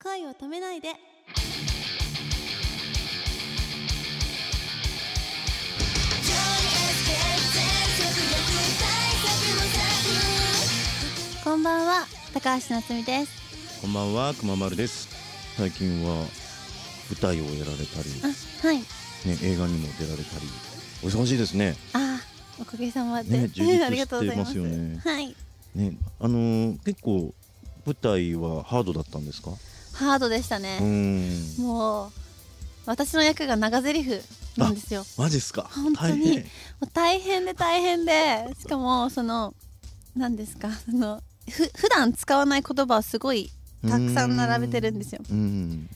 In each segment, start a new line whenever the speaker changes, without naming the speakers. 恋を止めないでこんばんは高橋夏実です
こんばんは、くままるです。最近は舞台をやられたり、
あはい
ね、映画にも出られたり、お忙しいですね。
あーおかげさまで、
ね充実
ありがとうございます
してますよね
はい
ね、あのー結構舞台はハードだったんですか？
ハードでした
うー
ね、
ん、
もう私の役が長台詞なんですよ
マジっすか？
本当に
大変
もう大変で大変でしかもその何ですかそのふ普段使わない言葉をすごいたくさん並べてるんですよ。
うーん、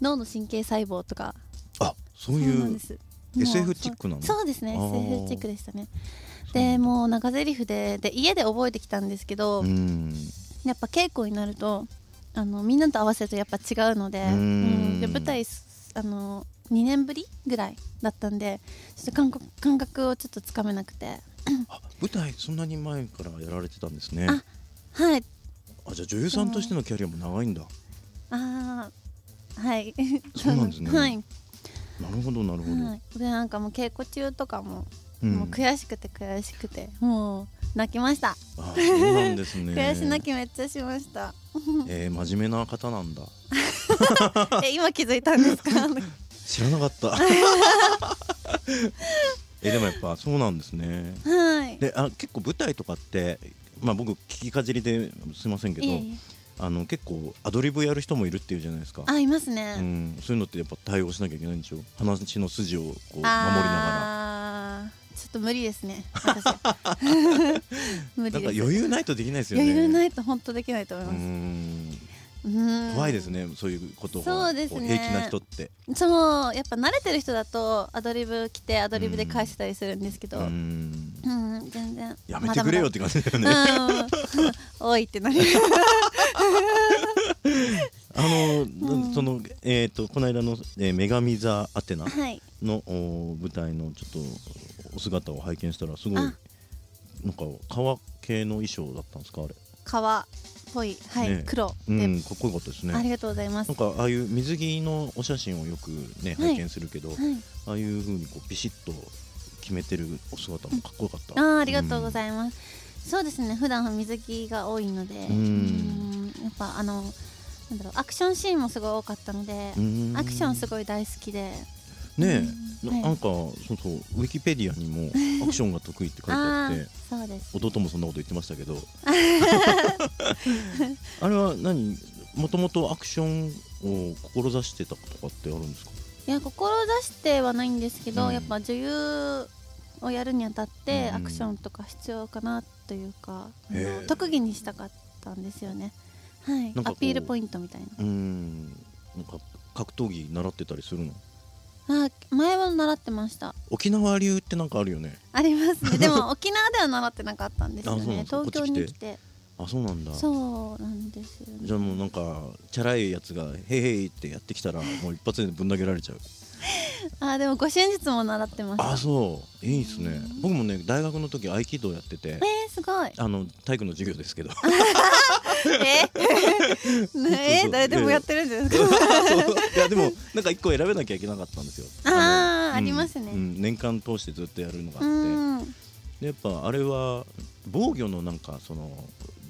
脳の神経細胞とか
あ、
そ
そう
うないん
う
ですもう
SF チックなの？
そうそうですね
あー
SF チックでしたね
そう
でもう長台詞でで家で覚えてきたんですけど、
うーん、
やっぱ稽古になるとあのみんなと合わせるとやっぱ違うので
うーん
うんで舞台すあの2年ぶりぐらいだったんでちょっと感覚感覚をちょっとつかめなくて
あ、舞台そんなに前からやられてたんですね。
あはい
あ、じゃあ女優さんとしてのキャリアも長いんだ。
ああはい
そうなんですね
はい、は
なるほど、なるほど。
い、でなんかもう稽古中とかも、
うん
もう悔しくて悔しくてもう泣きました、
あ、そうなんです ね。
悔し泣きめっちゃしました
えー、真面目な方なんだ。
え今気づいたん ですか
知らなかった えでもやっぱそうなんですね
はい
であ結構舞台とかってまあ僕聞きかじりですいませんけど
いえいえ
あの結構アドリブやる人もいるっていうじゃないですか
あいますね、
うん、そういうのってやっぱ対応しなきゃいけないんでしょ話の筋をこう守りながら
あーちょっと無理ですね 私無理
なん
です
か余裕ないとできないですよね
余裕ないいと本当できないと思います、うん
怖いですねそういうことを
そうですね
こ平気な人って
そうやっぱ慣れてる人だとアドリブ来てアドリブで返してたりするんですけど、
うん
うんうん全然
やめてくれよって感じだよね、
うん 多いって なる
あの、
ん
そのえっ、とこの間の、えー女神座アテナ
はい
のお舞台のちょっとお姿を拝見したらすごい
あ
なんか革系の衣装だったんですかあれ
革っぽいはい、
ねえ
黒
う
で、
んかっこよかったですね
ありがとうございます
なんかああいう水着のお写真をよくね
はい
拝見するけど、
はい、
ああいう風にこうビシッと決めてるお姿もかっこよかった、
あーありがとうご
い
ざいます、そうですね普段は水着が多いので
うん
うんやっぱあのなんだろうアクションシーンもすごい多かったのでアクションすごい大好きで
ねえ、
うん
ななんかそうそうウィキペディアに もアクションが得意って書いてあ
あ
っ
あ
て
ーそうです
弟もそんなこと言ってました けどあれは何もともとアクションを志してたとかってあるんですか
いや志してはないんですけど、
うん
やっぱ女優をやるにあたって
うん
アクションとか必要かなというか、あ
へえ
の特技にしたかったんですよねはい
なんかこう
アピールポイントみたいな
うーんなんか格闘技習ってたりするの
あ前は習ってました
沖縄流ってなんかあるよね
あります ねでも沖縄では習ってなかったんですよ
あそうな
ね
んですか
東京に
こっ
来
ち来
て
あそうなんだ
そうなんですよ、ね、
じゃあもうなんかチャラいやつが「へいへい」ってやってきたらもう一発でぶん投げられちゃう
あでもご真実も習ってました
あそういいですね僕もね大学の時合気道やってて
えー、す ごい
あの体育の授業ですけど
えーね
そうそ
え
う
誰でもやってるんじゃないです
そ
か
ういやでもなんか一個選べなきゃいけなかったんですよ
あー
の
ありますね
うん年間通してずっとやるのがあ
う
って
ん
でやっぱあれは防御のなんかその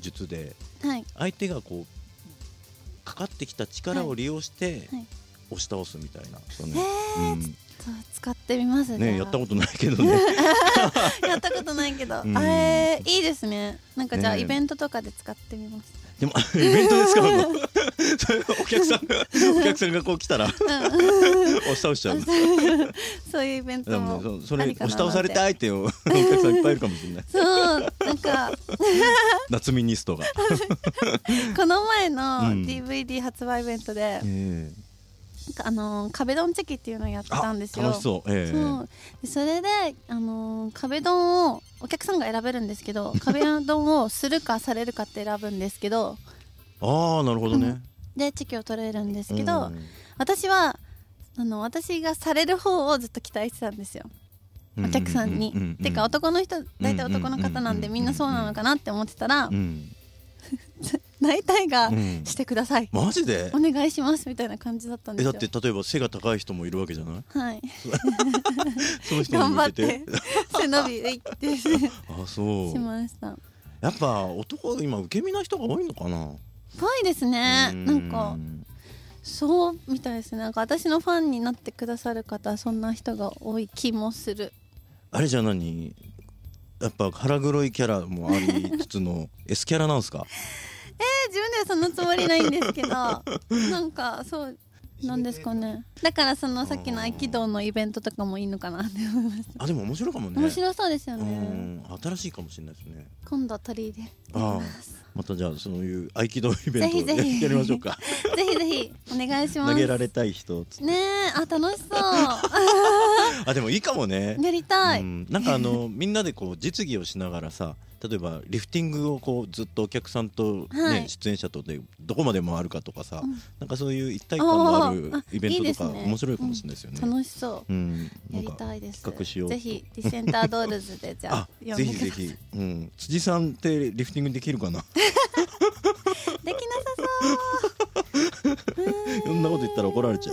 術で
はい
相手がこうかかってきた力を利用して
はいはい
押し倒すみたいな、そう
え
ね
ーそう使ってみます
うん
じゃあ
ねやったことないけどね
やったことないけど、
うん
あえーいいですねなんかじゃあ、
ねえ
イベントとかで使ってみます
でもイベントですからそれお客さんがお客さんがこう来たら押し倒しちゃう
そういうイベン
で
ト
も
も
ねそそれ
ありか
押
な
し倒されたいっていうお客さんいっぱいいるかもしれない
そうなん か
夏ミニス トが、
この前の
うん
DVD 発売イベントで、
え
なんかあのー壁ドンチェキっていうのをやっ
あ
たんですよ
楽しそう、ええ
そうでそれで、あのー壁ドンをお客さんが選べるんですけど壁ドンをするかされるかって選ぶんですけど
ああなるほどね、
でチェキを取れるんですけど、
うん
私はあの私がされる方をずっと期待してたんですよお客さんに。
うううう
てか男の人大体男の方なん
うんうんうんう
で
ん
みんなそうなのかなって思ってたら
うん
大体が
うん
してください、
マジで
お願いしますみたいな感じだったんで
え
す
だ
よ
って例えば背が高い人もいるわけじゃない
はい
その人に
頑張
向
っ
け
て
て
背伸びでいってし
あそう
ました
やっぱ男今受け身な人が多いのかな
ぽいですね
う
なんかそうみたいですねなんか私のファンになってくださる方そんな人が多い気もする
あれじゃあ何やっぱ腹黒いキャラもありつ つの S キャラなんすか
え自分ではそのつもりないんです けどなんかそうなんですかねだからそのさっきの合気道のイベントとかもいいのかなって思いまし
あでも面白いかも
た
ね
面白そうですよね
うん新しいかもしれないですね
今度取り入れます
またじゃあそういう合気道イベントを
ぜひぜひ
やりましょうか
ぜひぜひお願いします
投げられたい人つ
ねえあ楽し そ
あでもいいかもね
うやりたい、
うん、なんかあの みんなでこう実技をしながらさ例えばリフティングをこうずっとお客さんと、ね
はい
出演者とでどこまで回るかとかさ、
うん
なんかそういう一体感のある
あーあ
イベン
いい
ト
で
と
す
か
ね
面白いかもしれないですよね。
楽しそう
うん、
や
なん
り
か
たいです
企画しようと
ぜひディセンタードールズでじゃあ
あ
呼ん
ぜ
で
ひぜ
く
ひ、うん、辻さんってリフティングできるかな
だ できなさ
いろんなこと言ったら怒られち ゃ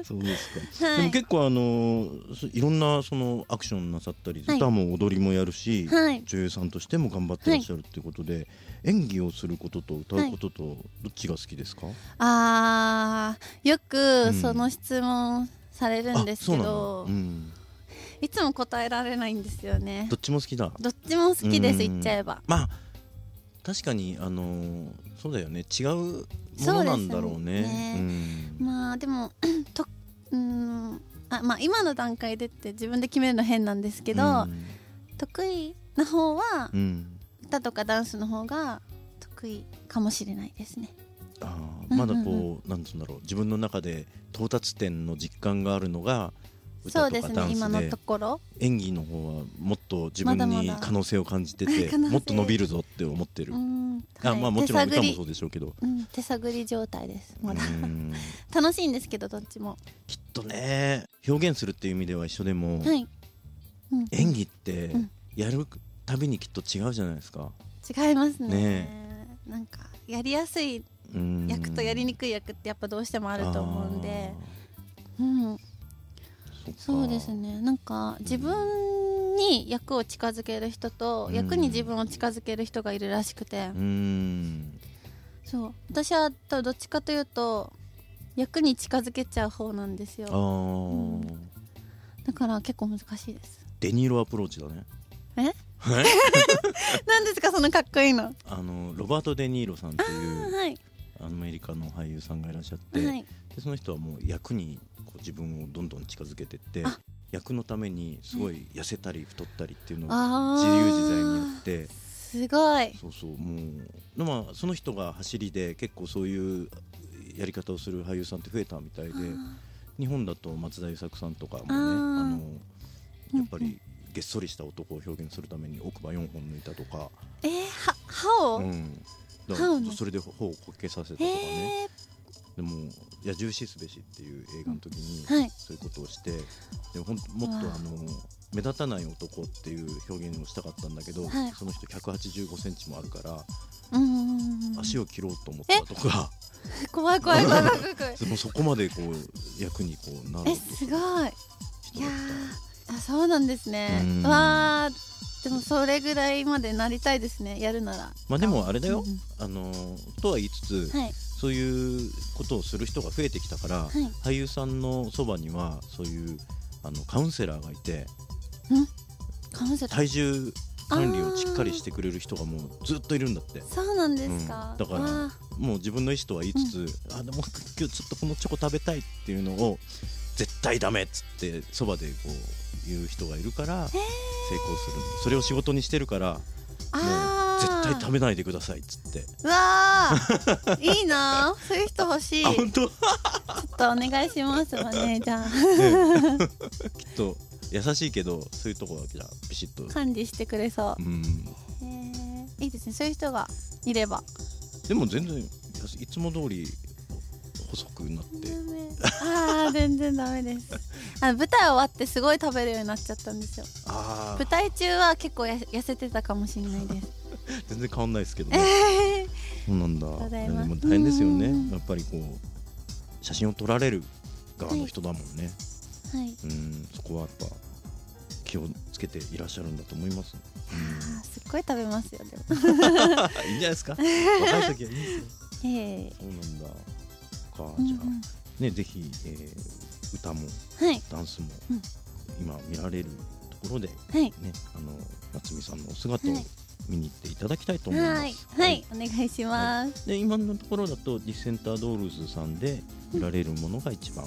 うそうですか、
そうは
でも
い
結構あのーそいろんなそのアクションなさったり、
はい
歌も踊りもやるし、
はい
女優さんとしても頑張ってらっしゃるっていうことで、演技をすることと歌うこととどっちが好きですか、
あーよ
う
く
ん
その質問されるん
あ
です
そう
け
な
ど、
の、うん、
いつも答えられないんですよね
どっちも好きだ
どっちも好きです
うん
言っちゃえば
まあ確かにあのーそうだよね違うものなんだろうね
そうですね
うん
まあでも とうんあまあ今の段階でって自分で決めるの変なんですけど、
うん
得意な方は
うん
歌とかダンスの方が得意かもしれないですね
あ
う
ー
ん
まだこう,、
うん
なんつうんだろう自分の中で到達点の実感があるのが
そ
歌
う
と
です
か
ね
ダンスで
今のところ
演技の方はもっと自分
まだま
に
だ
可能性を感じ て
可
て
能性
もっと伸びるぞって思ってる、
うん
あ
はい
まあもちろん
手探
歌も
り
そうでしょうけど
うん、手探り状態ですまだ
うーん
楽しいんですけどどっちも
きっとね表現するっていう意味では一緒でも、
はい、うん、
演技って
うん
やるたびにきっと違うじゃないですか。
違いますね
ね
なんかやりやすいう
ーん
役とやりにくい役ってやっぱどうしてもあると思うんでうん
あーそっ
そ
か
うですねなんか自分に役を近づける人と、
うん
役に自分を近づける人がいるらしくて
う、ーん
そう私はとどっちかというと役に近づけちゃう方なんです
あ
よ
ー、
だから結構難しいです
デニーロアプローチだね。
え
はい
なんですかそのかっこいいの
あのロバート・デ・ニーロさんっていう
はい
アメリカの俳優さんがいらっしゃって、
はい
でその人はもう役にこう自分をどんどん近づけてって
あ
役のためにすごい痩せたり太ったりっていうのを
あ
自
ー
由自在にやって
すごい
そうそうもうでまあその人が走りで結構そういうやり方をする俳優さんって増えたみたいで日本だと松田優作さんとかもね
あ
あ
ー
のやっぱ
うんう
りげっそりした男を表現するために奥歯4本抜いたとか、
えー、は歯を、
うん、だか
歯をね
らそれで頬をこけさせたとか
え
ね。でも「野獣シすべし」っていう映画の時に
うんはい
そういうことをして、でほんもっ
うわ
とあの目立たない男っていう表現をしたかったんだけど、
はい
その人1 8 5センチもあるから
ー、うんうんうん
足を切ろうと思ったとか、
怖い怖い怖い怖い怖い怖い
でもそこまでこう役にこうなろ
え
うとす
す
る
ごいい
人
や
だっ
ーあそうなんですね
うん
わーでもそれぐらいまでなりたいですねやるなら
たまあでもあれだよ、
うん
あのとは言いつつ、
はい
そういうことをする人が増えてきたから、
はい
俳優さんのそばにはそういうあのカウンセラーがいて
カウンセラー
体重管理をしっかりしてくれる人がもうずっといるんだって
そうなんですか、
うんだから
わ
もう自分の意思とは言いつつ、あでも今日ちょっとこのチョコ食べたいっていうのを絶対ダメっつってそばでこう言う人がいるから成功するの、それを仕事にしてるから
ーあ
絶対食
べ
べないでくださいっつって
わーいいな ーそういう人欲しいち
あ
ょっ
本当
とお願いしますマネージャー
きっと優しいけどそういうとこだけじゃビシッと
管理してくれそうう、
ん
へーいいですねそういう人がいれば
でも全然いつも通り細くなって
ダメあー全然ダメ ですあ舞台終わってすごい食べるようになっちゃったんですよ
あ
舞
あ
台中は結構や痩せてたかもしれないです
全然変わんないですけど
え
ね、
ー
そうなんだ
りがとうござい
で
ます
も大変ですよ
うんうんうん
ねやっぱりこう写真を撮られる側の人だもんね、
はい
うんそこはやっぱ気をつけていらっしゃるんだと思います、う
あーすっごい食べますよでも
ん、いいんじゃない ですか若い時はいいですよ
ええ
そうなんだか
うんう
じゃあ、
ん
ねぜひ、えー歌も
はい
ダンスも、
うん
今見られるところで
はい
ねあの夏美さんのお姿を
はい
見に行っていただきたいと思います、
はいはいお願いします
で今のところだとディセンタードールズさんで売られるものが一番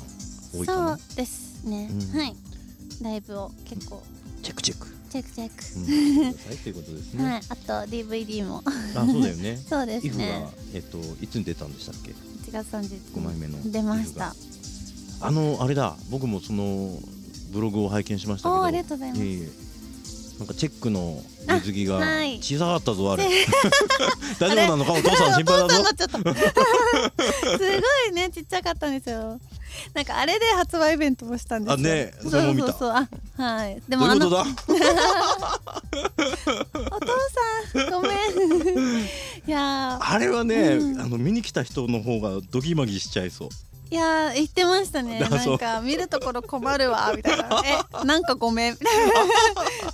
多いか
そ
な、
うですね
うん
はいライブを結構
チェックチェック、
チェックチェッ
う
ク
ん、してくださいということですね、
はいあと DVD も
あそうだよね
そうで
イ
す
フが
ね
えっといつに出たんでしたっけ
1月30日
5枚目の
出ました
あのあれだ僕もそのブログを拝見しましたけ
お
ど
ーありがとうございます
ええなんかチェックの水着が
あはい
小さかったぞあ れ
あ
大丈
れ
夫なのかお父さん心配だぞ
お父さんになっちゃった すごいねちっちゃかったんですよなんかあれで発売イベントもしたんですよ
あね
そう
それ
そ
も
う
見
そ
た
うあはいで
ど
も
うい
あ
うこ
の
とだ
お父さんごめん いやー
あれはね、
うん
あの見に来た人の方がドギマギしちゃいそう。
いやー言ってましたね
あ
な
そうん
か見るところ困るわみたい なえなんかごめん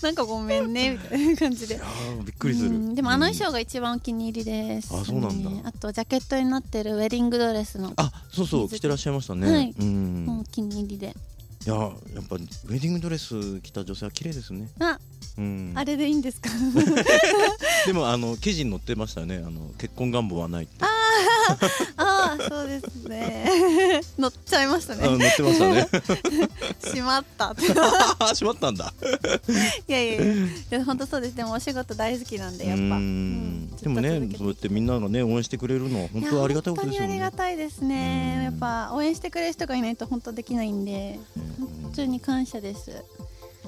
なんかごめんねみたいな感じで
あーびっくりする。
うんでもあの衣
う
装
ん
が一番お気に入りです、
あそうなんだ
あとジャケットになってるウェディングドレスの
あ、そうそう、着てらっしゃいましたね。
はい
うん。
もうお
い
気に入りで、
や、やっぱウェディングドレス着た女性は綺麗ですね。
あ
うん。
あれでいいんですか
でも、あの記事に載ってましたよね。あの結婚願望はないっ
あ
て。
あそうですね 乗っちゃいました
あの
ね
載ってましたね。
しまったって
あ、しまったんだ。
いやいやいやいや本当そうですでもお仕事大好きなんでやっぱ
う
うん
んでもね
ず、っと続けて
そうやってみんながね、応援してくれるのは本
いや
当ありがたいことです
本当に
よ
あ
ね
りが。たいです
うん
ねやっぱ応援してくれる人がいないと本当できないんで
うん
本当に感謝です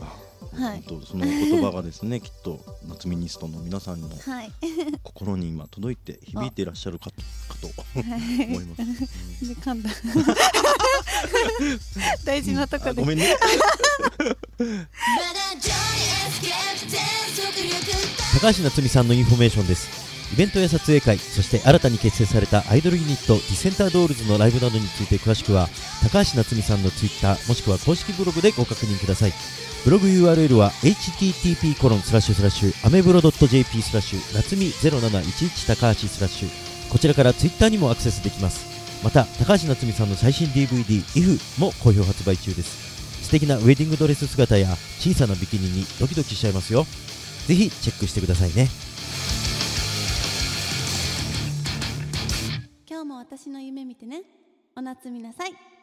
あ
はい
本当その言葉がですね、きっと夏ミニストの皆さんの
はい
心に今届いて響いていらっしゃるかとかと思います。 うん
で噛ん だ大事なとこ
あ
で
ごめんね。
高橋夏実さんのインフォメーションですイベントや撮影会そして新たに結成されたアイドルユニットディセンタードールズのライブなどについて詳しくは高橋夏実さんのツイッターもしくは公式ブログでご確認くださいブログ URL は http コロンスラッシュスラッシュアメブロ .jp スラッシュ夏実0711高橋スラッシュこちらからツイッターにもアクセスできますまた高橋夏実さんの最新 DVD「IF」も好評発売中です素敵なウェディングドレス姿や小さなビキニにドキドキしちゃいますよぜひチェックしてくださいね
今日も私の夢見てねお夏みなさい